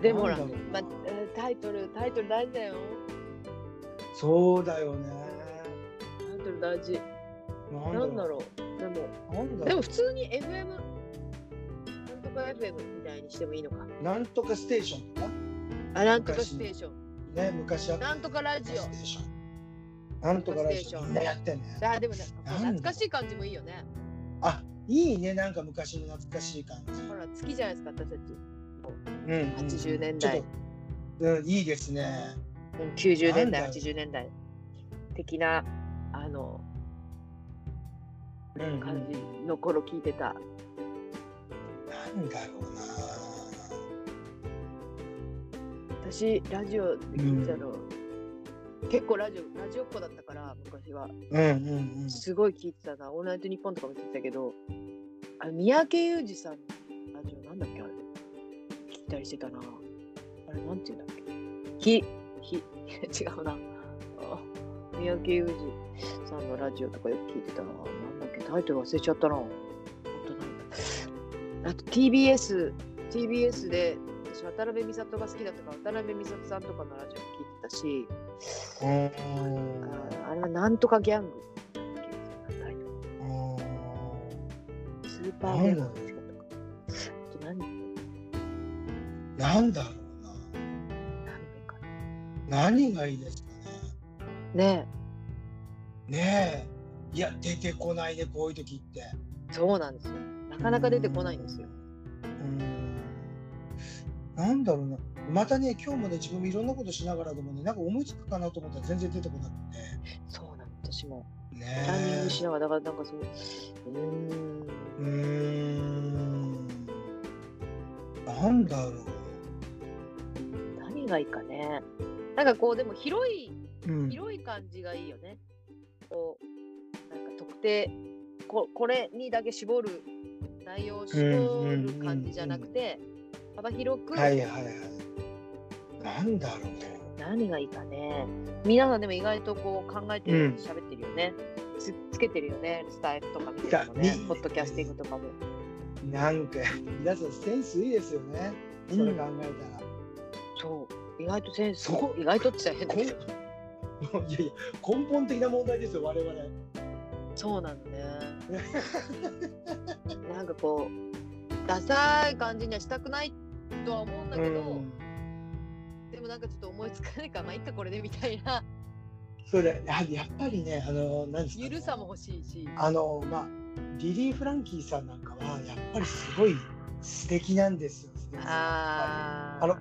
[SPEAKER 1] でもほら、
[SPEAKER 2] なんだろう
[SPEAKER 1] まあ、えータイトル、タイトル大事だよ。
[SPEAKER 2] そうだよね。
[SPEAKER 1] タイトル大事。
[SPEAKER 2] な
[SPEAKER 1] なんだ
[SPEAKER 2] ろ
[SPEAKER 1] ろう。でも、
[SPEAKER 2] う。なんだ
[SPEAKER 1] で
[SPEAKER 2] ろ
[SPEAKER 1] も普通に FM、なんとか FM みたいにしてもいいのか。
[SPEAKER 2] う。なんとかステーションとか
[SPEAKER 1] あ、なんとかステーション。
[SPEAKER 2] ね昔あった
[SPEAKER 1] なんとかラジ
[SPEAKER 2] ス
[SPEAKER 1] オ
[SPEAKER 2] テ。ーション。なんとかラジオみんなやってんね。
[SPEAKER 1] あ、でもね、
[SPEAKER 2] なんだ
[SPEAKER 1] 懐かしい感じもいいよね。
[SPEAKER 2] あいいねなんか昔の懐かしい感じ。
[SPEAKER 1] ほら、好きじゃないですか、私たち。
[SPEAKER 2] うんうんうん
[SPEAKER 1] 80年代
[SPEAKER 2] ちょっとうんいいですね。
[SPEAKER 1] うん、90年代
[SPEAKER 2] なんだろう
[SPEAKER 1] 80年代的なあの
[SPEAKER 2] うんうん
[SPEAKER 1] 感じの頃聞いて
[SPEAKER 2] な
[SPEAKER 1] た、
[SPEAKER 2] んだろうな。
[SPEAKER 1] 私ラジオで聞いてたの、結構ラジオラジオっ子だったから昔は
[SPEAKER 2] うんうんうん。
[SPEAKER 1] すごい聞いてたな「オールナイトニッポン」とかも聞いてたけどあの三宅裕司さんのラジオなんだっけあれ聞いたりしてたなあれなんて言うんだっけひひ 違うなあ三宅裕司さんのラジオとかよく聞いてたななんだっけタイトル忘れちゃったなあとなんだあと TBS TBS で私渡辺美里が好きだったから渡辺美里さんとかのラジオも聞いてたし
[SPEAKER 2] うん
[SPEAKER 1] ああれはなんとかギャングタイトルスーパーメンバーの仕事か。あと何何
[SPEAKER 2] なんだろ
[SPEAKER 1] がいいかな
[SPEAKER 2] うな。何がいいですか
[SPEAKER 1] ね
[SPEAKER 2] ね。ねえ。いや出てこないねこういう時って。
[SPEAKER 1] え、そうなんですよ。なかなか出てこないんですよ。
[SPEAKER 2] うん。なんだろうな。またね今日もね自分もいろんなことしながらでもねなんか思いつくかなと思ったら全然出てこなくて。
[SPEAKER 1] そうなん私も。
[SPEAKER 2] ねえ。
[SPEAKER 1] ランニングしながら、だからなんかその、うー、
[SPEAKER 2] うんーん。なんだろう。
[SPEAKER 1] 何がいいかね。なんかこう、でも広い、
[SPEAKER 2] うん
[SPEAKER 1] 広い感じがいいよね。こう、なんか特定、ここれにだけ絞る、内容を絞る感じじゃなくて、幅広く、
[SPEAKER 2] はいはいはい。なんだろうね。
[SPEAKER 1] 何がいいかね皆さんでも意外とこう考えて
[SPEAKER 2] うん
[SPEAKER 1] 喋ってるよね、つつけてるよねスタイルとか見てるのね
[SPEAKER 2] いや
[SPEAKER 1] ポッドキャスティングとかも
[SPEAKER 2] なんか、皆さんセンスいいですよね。それ考えたら。
[SPEAKER 1] そう意外とセンス
[SPEAKER 2] そこ
[SPEAKER 1] 意外とって言ったら変だ
[SPEAKER 2] こん
[SPEAKER 1] け
[SPEAKER 2] いや
[SPEAKER 1] ど
[SPEAKER 2] いや根本的な問題ですよ我々
[SPEAKER 1] そうなん だねなんかこうダサい感じにはしたくないとは思うんだけど、
[SPEAKER 2] うん
[SPEAKER 1] でもなんかちょっと思いつかないからまあいっかこれでみた いな
[SPEAKER 2] それややっぱりねあのなんですかね
[SPEAKER 1] ゆるさも欲しいし
[SPEAKER 2] あのまあリリー・フランキーさんなんかはやっぱりすごい素敵なんですよ。素敵
[SPEAKER 1] あー
[SPEAKER 2] あの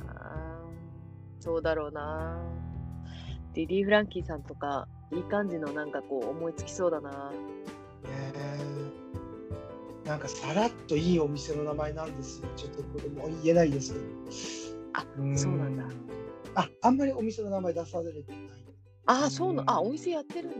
[SPEAKER 1] そうだろうなリリー・フランキーさんとかいい感じのなんかこう思いつきそうだな
[SPEAKER 2] ねえなんかさらっといいお店の名前なんですよ。ちょっとこれも言えないですけど。
[SPEAKER 1] あそうなんだ。
[SPEAKER 2] ああんまりお店の名前出されてない。
[SPEAKER 1] あ
[SPEAKER 2] う
[SPEAKER 1] ー
[SPEAKER 2] ん
[SPEAKER 1] そうなあお店やってるんだ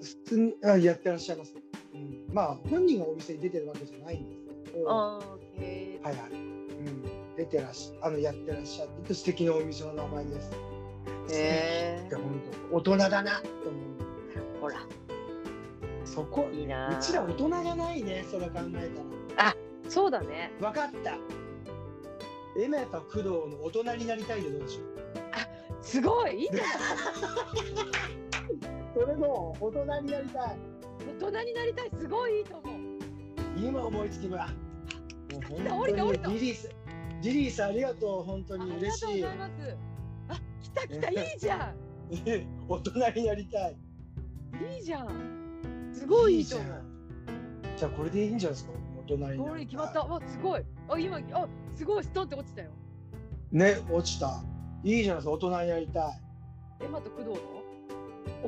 [SPEAKER 2] 普通にあやってらっしゃいます、うん。まあ本人がお店に出てるわけじゃないんですけど。は
[SPEAKER 1] あーへ
[SPEAKER 2] いはい。うん、出てらっしゃあのやってらっしゃって素敵なお店の名前です。
[SPEAKER 1] えへ
[SPEAKER 2] い
[SPEAKER 1] え
[SPEAKER 2] や本当大人だなと思う。
[SPEAKER 1] ほら
[SPEAKER 2] そこ
[SPEAKER 1] いいな
[SPEAKER 2] う
[SPEAKER 1] ー
[SPEAKER 2] ちら大人がないねそれ考え
[SPEAKER 1] そうだね
[SPEAKER 2] たら分かったエマと工藤の大人になりたいでどうでしょう
[SPEAKER 1] すごいいいじゃない
[SPEAKER 2] それの大人になりたい
[SPEAKER 1] 大人になりたいすごいいいと思う
[SPEAKER 2] 今思いつきはもう本当に
[SPEAKER 1] 降りた降りた
[SPEAKER 2] リリースリリースありがとう本当
[SPEAKER 1] あ
[SPEAKER 2] に
[SPEAKER 1] りが
[SPEAKER 2] 嬉
[SPEAKER 1] とう
[SPEAKER 2] しい
[SPEAKER 1] ございますあ来た来たいいじゃ
[SPEAKER 2] 大人になりたい
[SPEAKER 1] んいいじゃんすごいいい
[SPEAKER 2] じ
[SPEAKER 1] と
[SPEAKER 2] ゃ
[SPEAKER 1] 思うん
[SPEAKER 2] じゃあこれでいいんじゃないですか大人になり
[SPEAKER 1] ゴー
[SPEAKER 2] た
[SPEAKER 1] ル
[SPEAKER 2] い
[SPEAKER 1] 決まった。わ、すごい。あ、今、あ、すごい、ストンって落ちたよ。
[SPEAKER 2] ね落ちたいいじゃないですか大人になりたい
[SPEAKER 1] エマと工藤の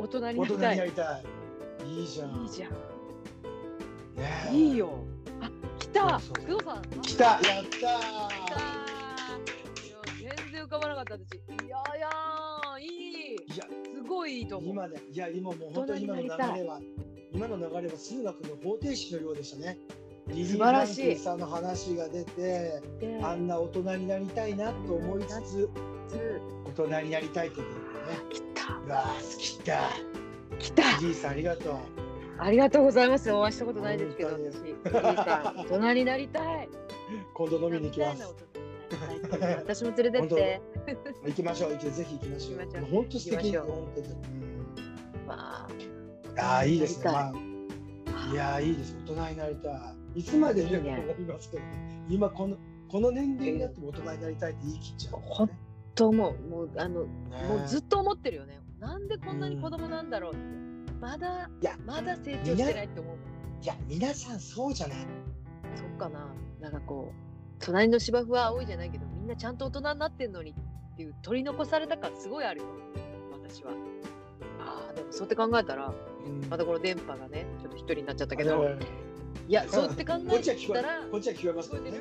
[SPEAKER 1] 大人に
[SPEAKER 2] 大
[SPEAKER 1] な
[SPEAKER 2] 人
[SPEAKER 1] り
[SPEAKER 2] に
[SPEAKER 1] た。
[SPEAKER 2] ないりたいいいじゃん
[SPEAKER 1] いいじゃん。
[SPEAKER 2] ねえ
[SPEAKER 1] いいよ。あ、来た。
[SPEAKER 2] そうそう
[SPEAKER 1] 工藤さん。
[SPEAKER 2] 来たやった
[SPEAKER 1] 来たいや、全然浮かばなかった私。いやいやー、いい。
[SPEAKER 2] いや
[SPEAKER 1] すごいいいと思う。
[SPEAKER 2] 今でいや今もう本当に今の流れは今の流れは数学の方程式のようでしたね。リリー・
[SPEAKER 1] 素
[SPEAKER 2] フ
[SPEAKER 1] 晴
[SPEAKER 2] ラ
[SPEAKER 1] ら
[SPEAKER 2] ン
[SPEAKER 1] し
[SPEAKER 2] キ
[SPEAKER 1] い
[SPEAKER 2] ーさんの話が出て
[SPEAKER 1] で
[SPEAKER 2] あんな大人になりたいなと思いつつ
[SPEAKER 1] つ
[SPEAKER 2] 大人になりたいということでね。
[SPEAKER 1] 来た。
[SPEAKER 2] うわあ好きだ。
[SPEAKER 1] 来た。
[SPEAKER 2] リリーさんありがとう。
[SPEAKER 1] ありがとうございます。お会いしたことないですけど、
[SPEAKER 2] 本
[SPEAKER 1] 私。
[SPEAKER 2] 当
[SPEAKER 1] リリーさん大人になりたい。
[SPEAKER 2] 今度飲みに行きます。
[SPEAKER 1] 私も連れてって。
[SPEAKER 2] 行きましょう。行きぜひ行きましょ
[SPEAKER 1] 行きましょ
[SPEAKER 2] う。
[SPEAKER 1] う
[SPEAKER 2] 本当素敵。
[SPEAKER 1] 行きましょう
[SPEAKER 2] 本当に
[SPEAKER 1] まあ
[SPEAKER 2] うんああいいですね。
[SPEAKER 1] なり
[SPEAKER 2] まあいやーいいです。大人になりたい。いつまででも
[SPEAKER 1] いいね
[SPEAKER 2] 思いますけどね。今このこの年齢になっても大人になりたいって言い切っちゃう、ね。
[SPEAKER 1] ほんと思う。もう、あの、
[SPEAKER 2] ね
[SPEAKER 1] もうずっと思ってるよね。なんでこんなに子供なんだろうって。まだ
[SPEAKER 2] いや、
[SPEAKER 1] まだ成長してないって思う。
[SPEAKER 2] いや皆さんそうじゃない
[SPEAKER 1] そっかな。なんかこう、隣の芝生は青いじゃないけど、みんなちゃんと大人になってんのにっていう取り残された感すごいあるよ。私は。ああ、でもそうやって考えたら、またこの電波がね、ちょっと一人になっちゃったけど、いや、そうやって考
[SPEAKER 2] こっ
[SPEAKER 1] え
[SPEAKER 2] ちは聞こ
[SPEAKER 1] た
[SPEAKER 2] え
[SPEAKER 1] ら、
[SPEAKER 2] こっちは聞こえますけどね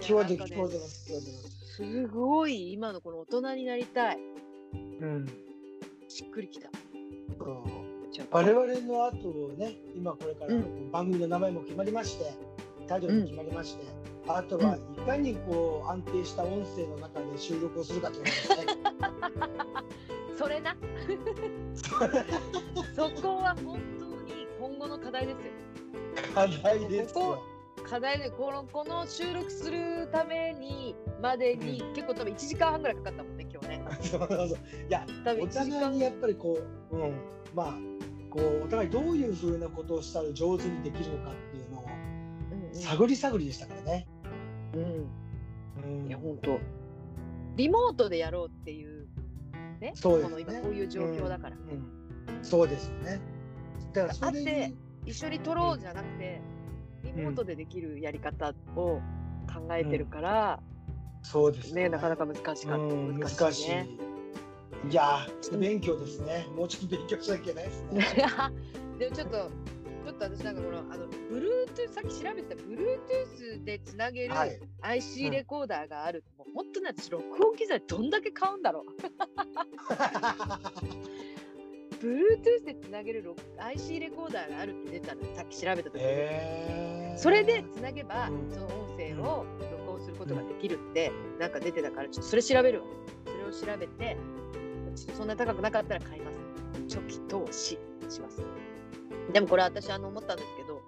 [SPEAKER 1] 聞こえ
[SPEAKER 2] うん聞こえて
[SPEAKER 1] てるいやなん
[SPEAKER 2] る
[SPEAKER 1] か
[SPEAKER 2] 聞こえて
[SPEAKER 1] ね
[SPEAKER 2] ます聞こえてます
[SPEAKER 1] すごい今のこの大人になりたい。
[SPEAKER 2] うん
[SPEAKER 1] しっくりきた。
[SPEAKER 2] そう
[SPEAKER 1] ちょっと
[SPEAKER 2] 我々の後をね今これから
[SPEAKER 1] う
[SPEAKER 2] 番組の名前も決まりましてタイトルも決まりましてあとはいかにこう安定した音声の中で収録をするかということですね
[SPEAKER 1] そ れな。そこは本当に今後の課題ですよ。
[SPEAKER 2] 課題です
[SPEAKER 1] こ
[SPEAKER 2] よ
[SPEAKER 1] 課題でこのこの収録するためにまでに、結構多分1時間半ぐらいかかったもんね今日ね。
[SPEAKER 2] そうそうそういや
[SPEAKER 1] 多分
[SPEAKER 2] お
[SPEAKER 1] 1時
[SPEAKER 2] 互い
[SPEAKER 1] 間
[SPEAKER 2] にやっぱりこう、うん、まあこうお互いどういうふうなことをしたら上手にできるのかっていうのを探り探りでしたからね。
[SPEAKER 1] うんうん
[SPEAKER 2] うん
[SPEAKER 1] いや本当リモートでやろうっていうね
[SPEAKER 2] そうです
[SPEAKER 1] この
[SPEAKER 2] ね
[SPEAKER 1] 今こういう状況だから、
[SPEAKER 2] うんそうですよね。だからそれに
[SPEAKER 1] 会って一緒に撮ろうじゃなくてリモートでできるやり方を考えてるから、
[SPEAKER 2] そうですよ
[SPEAKER 1] ねなかなか難しかった、
[SPEAKER 2] うん難しい,、
[SPEAKER 1] 難しいね。
[SPEAKER 2] いやーちょっと勉強ですね。もうちょっと勉強しなきゃいけないですね。
[SPEAKER 1] でもちょっとちょっと私なんかこのあの Bluetooth さっき調べた Bluetooth でつなげる
[SPEAKER 2] はい。
[SPEAKER 1] IC
[SPEAKER 2] うん
[SPEAKER 1] レコーダーがある、もう本当に私録音機材どんだけ買うんだろう Bluetooth でつなげる録 IC レコーダーがあるって出たのさっき調べた時に、
[SPEAKER 2] えー、
[SPEAKER 1] それでつなげば、
[SPEAKER 2] うん
[SPEAKER 1] その音声を録音することができるって、なんか出てたからちょっとそれ調べるわそれを調べてちょっとそんな高くなかったら買います初期投資しますでもこれ私あの思ったんですけど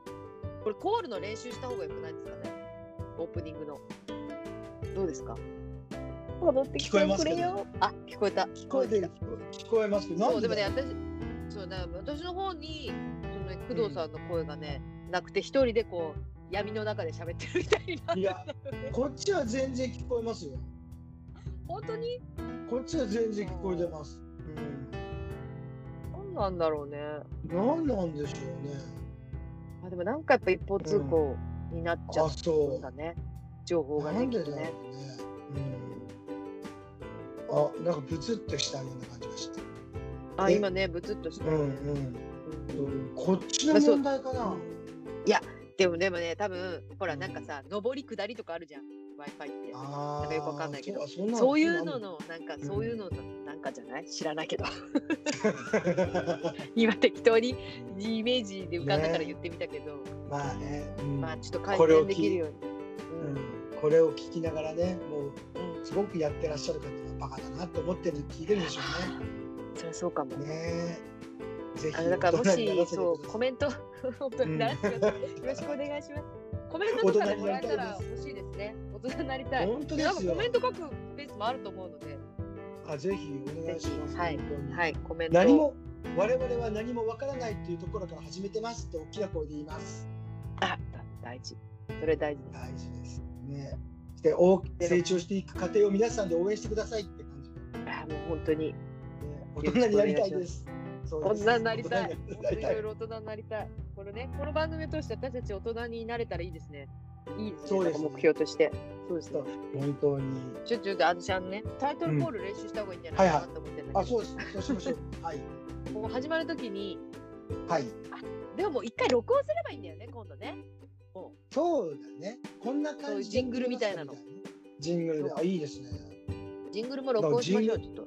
[SPEAKER 1] これコールの練習した方がよくないですかねオープニングのどうですか戻ってきてくれよ。あ、聞こえた。
[SPEAKER 2] 聞こえてる聞こえますけど
[SPEAKER 1] そ
[SPEAKER 2] な
[SPEAKER 1] うんで
[SPEAKER 2] で
[SPEAKER 1] も
[SPEAKER 2] だよ
[SPEAKER 1] ね私そうだから私の方にその、ね、工藤さんの声がね、なくて一人でこう闇の中で喋ってるみたいな。
[SPEAKER 2] いやこっちは全然聞こえますよ
[SPEAKER 1] 本当に
[SPEAKER 2] こっちは全然聞こえてます、
[SPEAKER 1] 何なんだろうね。
[SPEAKER 2] うん、何なんでしょうね
[SPEAKER 1] あでもなんかやっぱ一方通行になっちゃ
[SPEAKER 2] あ
[SPEAKER 1] っ
[SPEAKER 2] そ
[SPEAKER 1] んだ
[SPEAKER 2] う
[SPEAKER 1] ね。情報が
[SPEAKER 2] な
[SPEAKER 1] ね
[SPEAKER 2] ん
[SPEAKER 1] き
[SPEAKER 2] で
[SPEAKER 1] っ
[SPEAKER 2] だ
[SPEAKER 1] と
[SPEAKER 2] ろう
[SPEAKER 1] ね
[SPEAKER 2] ね。うんあなんかブツッとしたような感じがして
[SPEAKER 1] あ
[SPEAKER 2] え
[SPEAKER 1] 今ねブツッとした、
[SPEAKER 2] う
[SPEAKER 1] ね
[SPEAKER 2] んうんうんこっちの
[SPEAKER 1] まあそう
[SPEAKER 2] 問題かな、
[SPEAKER 1] でもでもね多分ほらなんかさ上り下りとかあるじゃん w i f i って。
[SPEAKER 2] あ
[SPEAKER 1] なん
[SPEAKER 2] あ
[SPEAKER 1] かよくわかんないけど
[SPEAKER 2] そうあそんな
[SPEAKER 1] そういうの
[SPEAKER 2] そんな
[SPEAKER 1] のなんか
[SPEAKER 2] ん
[SPEAKER 1] そういうののなんかじゃない知らないけど 今適当にイメージで浮かんだから言ってみたけど、
[SPEAKER 2] まあね、うん
[SPEAKER 1] まあちょっと改
[SPEAKER 2] これを
[SPEAKER 1] 善
[SPEAKER 2] 聞
[SPEAKER 1] できるように。
[SPEAKER 2] うんこれを聞きながらねも
[SPEAKER 1] うんうん
[SPEAKER 2] うすごくやってらっしゃる方はバカだなと思ってる聞いてるんでしょ
[SPEAKER 1] そりゃそうかも
[SPEAKER 2] う。ねねぜひ
[SPEAKER 1] あのだからも
[SPEAKER 2] 大人にならせてくだ
[SPEAKER 1] し
[SPEAKER 2] さい
[SPEAKER 1] そうコメント本当にならせてくださいよろしくお願いします。コメントとかでもらえたら欲しいですね。大人になりたい。
[SPEAKER 2] 本当で
[SPEAKER 1] なんか
[SPEAKER 2] すよ
[SPEAKER 1] コメント書くペースもあると思うので、
[SPEAKER 2] あぜひお願いします、
[SPEAKER 1] はい
[SPEAKER 2] 本当に
[SPEAKER 1] はいコメント。
[SPEAKER 2] 何も我々は何もわからないっていうところから始めてますって大きな声で言います
[SPEAKER 1] あだ大事。それ大事です。
[SPEAKER 2] 大事ですねで大き成長していく過程を皆さんで応援してくださいって感じ、ね、
[SPEAKER 1] あもう本当に
[SPEAKER 2] 大人になりたいですそう
[SPEAKER 1] 大
[SPEAKER 2] です
[SPEAKER 1] 人になりたい。
[SPEAKER 2] 大人
[SPEAKER 1] 本
[SPEAKER 2] に
[SPEAKER 1] 当
[SPEAKER 2] な
[SPEAKER 1] に
[SPEAKER 2] り
[SPEAKER 1] い
[SPEAKER 2] た
[SPEAKER 1] ろい
[SPEAKER 2] い
[SPEAKER 1] ろ大人になりたい。これねこの番組を通して私たち大人になれたらいいですね。いいですね。
[SPEAKER 2] そうですね
[SPEAKER 1] なんか目標として。そうですね。
[SPEAKER 2] 本当に
[SPEAKER 1] ちょちょっとあのちゃんねタイトルコール練習した方がいいんじゃないかなと思ってるんだ
[SPEAKER 2] あ
[SPEAKER 1] け
[SPEAKER 2] そ
[SPEAKER 1] ど
[SPEAKER 2] うですそうしましょうはい
[SPEAKER 1] もう始まる時に
[SPEAKER 2] はい
[SPEAKER 1] でももう一回録音すればいいんだよね今度ね
[SPEAKER 2] そうだねこんな
[SPEAKER 1] そうい
[SPEAKER 2] 感
[SPEAKER 1] う
[SPEAKER 2] じ
[SPEAKER 1] ジングルみたいなの
[SPEAKER 2] ジングルであいいですね
[SPEAKER 1] ジングルも録音しましょうちょっと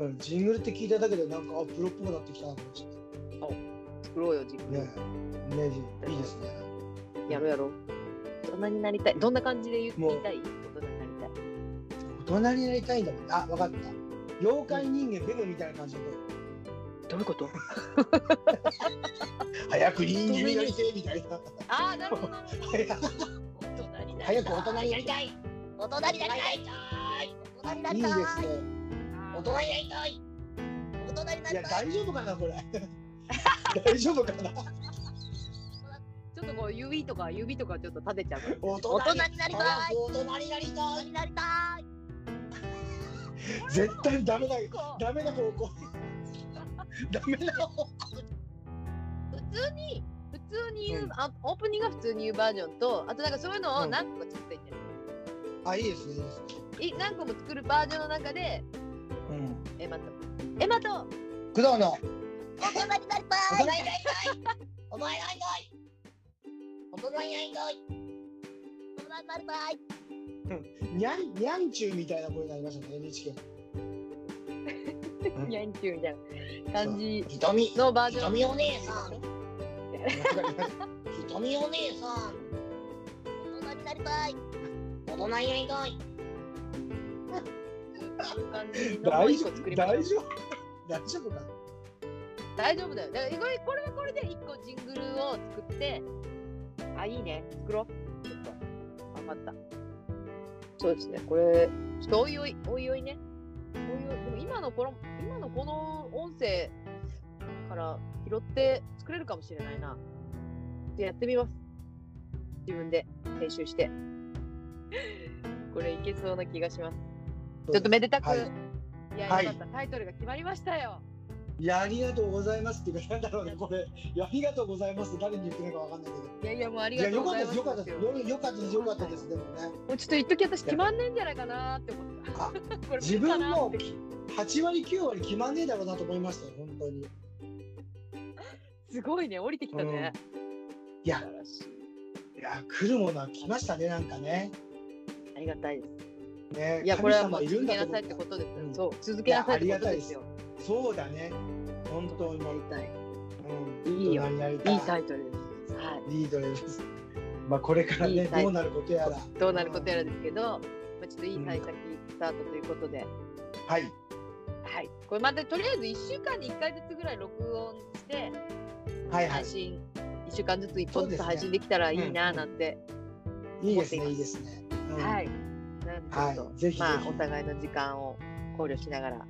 [SPEAKER 2] うんジングルって聞いただけでなんかあプロっぽくなってきたなと思って
[SPEAKER 1] 作ろうよジングル、
[SPEAKER 2] ねえねえいいですね
[SPEAKER 1] やろうやろう大人になりたいどんな感じで言
[SPEAKER 2] もう
[SPEAKER 1] 言いたい大人になりたい
[SPEAKER 2] 大人になりたいんだもんあわかった妖怪人間ベムみたいな感じで
[SPEAKER 1] どういうこと
[SPEAKER 2] 早く人間になりてえみたいな
[SPEAKER 1] ああなるほどなるほど
[SPEAKER 2] 早く
[SPEAKER 1] 大人になりたい
[SPEAKER 2] 早く大人になりたい
[SPEAKER 1] たい大人になりたい大人に
[SPEAKER 2] いい
[SPEAKER 1] なりた
[SPEAKER 2] で
[SPEAKER 1] い
[SPEAKER 2] すね
[SPEAKER 1] 大人になりたい大人にない
[SPEAKER 2] や
[SPEAKER 1] りたい
[SPEAKER 2] 大丈夫かなこれ 大丈夫かな
[SPEAKER 1] ちょっとこう指とか指とかちょっと立てちゃうから
[SPEAKER 2] 大
[SPEAKER 1] 大
[SPEAKER 2] 人
[SPEAKER 1] 人
[SPEAKER 2] に
[SPEAKER 1] になりた
[SPEAKER 2] 早
[SPEAKER 1] い
[SPEAKER 2] く大人になり
[SPEAKER 1] 大
[SPEAKER 2] た
[SPEAKER 1] 人
[SPEAKER 2] い
[SPEAKER 1] になりたい
[SPEAKER 2] 絶対ダメだよ
[SPEAKER 1] こう
[SPEAKER 2] ダメな方向ダメな方向
[SPEAKER 1] 普通に普通に言う、
[SPEAKER 2] うん
[SPEAKER 1] あオープニングが普通に言うバージョンとあとなんかそういうのを
[SPEAKER 2] うん
[SPEAKER 1] 何個か作っていってる、
[SPEAKER 2] あいいですねいいですね
[SPEAKER 1] い何個も作るバージョンの中で
[SPEAKER 2] うん
[SPEAKER 1] エマとエマと
[SPEAKER 2] 工藤の
[SPEAKER 1] 大人になりたい
[SPEAKER 2] 大人になり
[SPEAKER 1] お前ない大人になりたい大人になりたい
[SPEAKER 2] にゃんにゃんちゅうみたいな声になりましたね NHK
[SPEAKER 1] ニャンキューみたいな感じ
[SPEAKER 2] ひとみひ
[SPEAKER 1] のバージョン
[SPEAKER 2] お姉さんひとみお姉さん
[SPEAKER 1] 大人になりたい
[SPEAKER 2] 大人になりたい
[SPEAKER 1] 感じのもう
[SPEAKER 2] 大
[SPEAKER 1] 一
[SPEAKER 2] 丈
[SPEAKER 1] 個作
[SPEAKER 2] 夫
[SPEAKER 1] りましょう
[SPEAKER 2] 大丈夫大丈夫か
[SPEAKER 1] 大丈夫だよだからこれこれはこれで一個ジングルを作ってあいいね作ろうちょっと分かったそうですねこれちょっとおいおいおいおいねおいおいでも今のこの今のこの音声から拾って作れるかもしれないなでやってみます自分で編集して これいけそうな気がしますちょっとめでたく、、
[SPEAKER 2] はいい
[SPEAKER 1] や
[SPEAKER 2] はい
[SPEAKER 1] よかったタイトルが決まりましたよ
[SPEAKER 2] いやありがとうございますっていうかなんだろうねこれいやありがとうございますって誰に言ってるのかわかんないけど
[SPEAKER 1] いやいやもうあり
[SPEAKER 2] い
[SPEAKER 1] が
[SPEAKER 2] や
[SPEAKER 1] とう
[SPEAKER 2] よ
[SPEAKER 1] ご
[SPEAKER 2] かっ
[SPEAKER 1] ざ
[SPEAKER 2] た
[SPEAKER 1] い
[SPEAKER 2] で
[SPEAKER 1] ますす
[SPEAKER 2] よかったですよよかったですよかったですでもね
[SPEAKER 1] もうちょっと言っとき私決まんねえんじゃないかなって思った。
[SPEAKER 2] あ
[SPEAKER 1] これ
[SPEAKER 2] 自分も
[SPEAKER 1] 無理かなって
[SPEAKER 2] 8割9割決まんねえだろうなと思いましたよ本当に
[SPEAKER 1] すごいね降りてきたね。
[SPEAKER 2] いや
[SPEAKER 1] 素晴らしい
[SPEAKER 2] いや来るものは来ましたねなんかね
[SPEAKER 1] ありがたいで
[SPEAKER 2] ね
[SPEAKER 1] す。いやこれはもう
[SPEAKER 2] 神様いる
[SPEAKER 1] 続
[SPEAKER 2] ん
[SPEAKER 1] け
[SPEAKER 2] だと思
[SPEAKER 1] なさい
[SPEAKER 2] っ
[SPEAKER 1] って
[SPEAKER 2] た
[SPEAKER 1] ことですよ。
[SPEAKER 2] うん
[SPEAKER 1] そう続けなさいってことですよ。
[SPEAKER 2] そうだね本当に、
[SPEAKER 1] やり
[SPEAKER 2] う
[SPEAKER 1] たい。
[SPEAKER 2] ん、
[SPEAKER 1] いいよ
[SPEAKER 2] 大人になりた
[SPEAKER 1] いいタイトルです。はい。
[SPEAKER 2] リードです。まあこれから
[SPEAKER 1] い
[SPEAKER 2] ね
[SPEAKER 1] いタイ
[SPEAKER 2] どうなることやら。
[SPEAKER 1] どうなることやらですけど、まあちょっといい対策スタートということで、
[SPEAKER 2] はい
[SPEAKER 1] はい。これまたとりあえず一週間に一回ずつぐらい録音して
[SPEAKER 2] はいは
[SPEAKER 1] 配
[SPEAKER 2] い。
[SPEAKER 1] 信一週間ずつ一本ずつ
[SPEAKER 2] そうですね
[SPEAKER 1] 配信できたらいいななんて、
[SPEAKER 2] いいですね
[SPEAKER 1] 思っています
[SPEAKER 2] いいですね。うん
[SPEAKER 1] はい。なんでちょっと、
[SPEAKER 2] はいぜひぜひ
[SPEAKER 1] まあ、お互いの時間を考慮しながら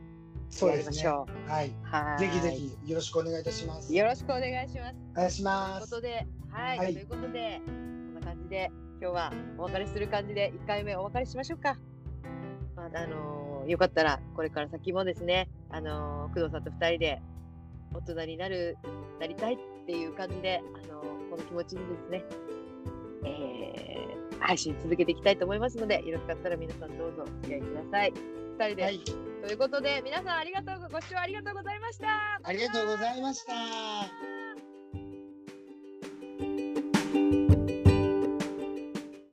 [SPEAKER 2] そう
[SPEAKER 1] や
[SPEAKER 2] で
[SPEAKER 1] り
[SPEAKER 2] す
[SPEAKER 1] ま
[SPEAKER 2] ね
[SPEAKER 1] し。ょう。
[SPEAKER 2] はい。
[SPEAKER 1] はい
[SPEAKER 2] ぜひぜひよろしくお願いいたします。
[SPEAKER 1] よろしくお願いします。
[SPEAKER 2] お願いしま
[SPEAKER 1] というこ
[SPEAKER 2] す
[SPEAKER 1] と。で、はい、
[SPEAKER 2] はい
[SPEAKER 1] ということで、こんな感じで、今日はお別れする感じで、1回目お別れしましょうか。まあ、あのーよかったら、これから先もですね、あのー工藤さんと2人で、大人になる、なりたいっていう感じで、あのーこの気持ちにですね、えー配信続けていきたいと思いますので、よろしかったら皆さんどうぞお付き合いください。2人で、
[SPEAKER 2] はい。
[SPEAKER 1] ということで、皆さんありがとうご、ご視聴ありがとうございました。
[SPEAKER 2] ありがとうございました。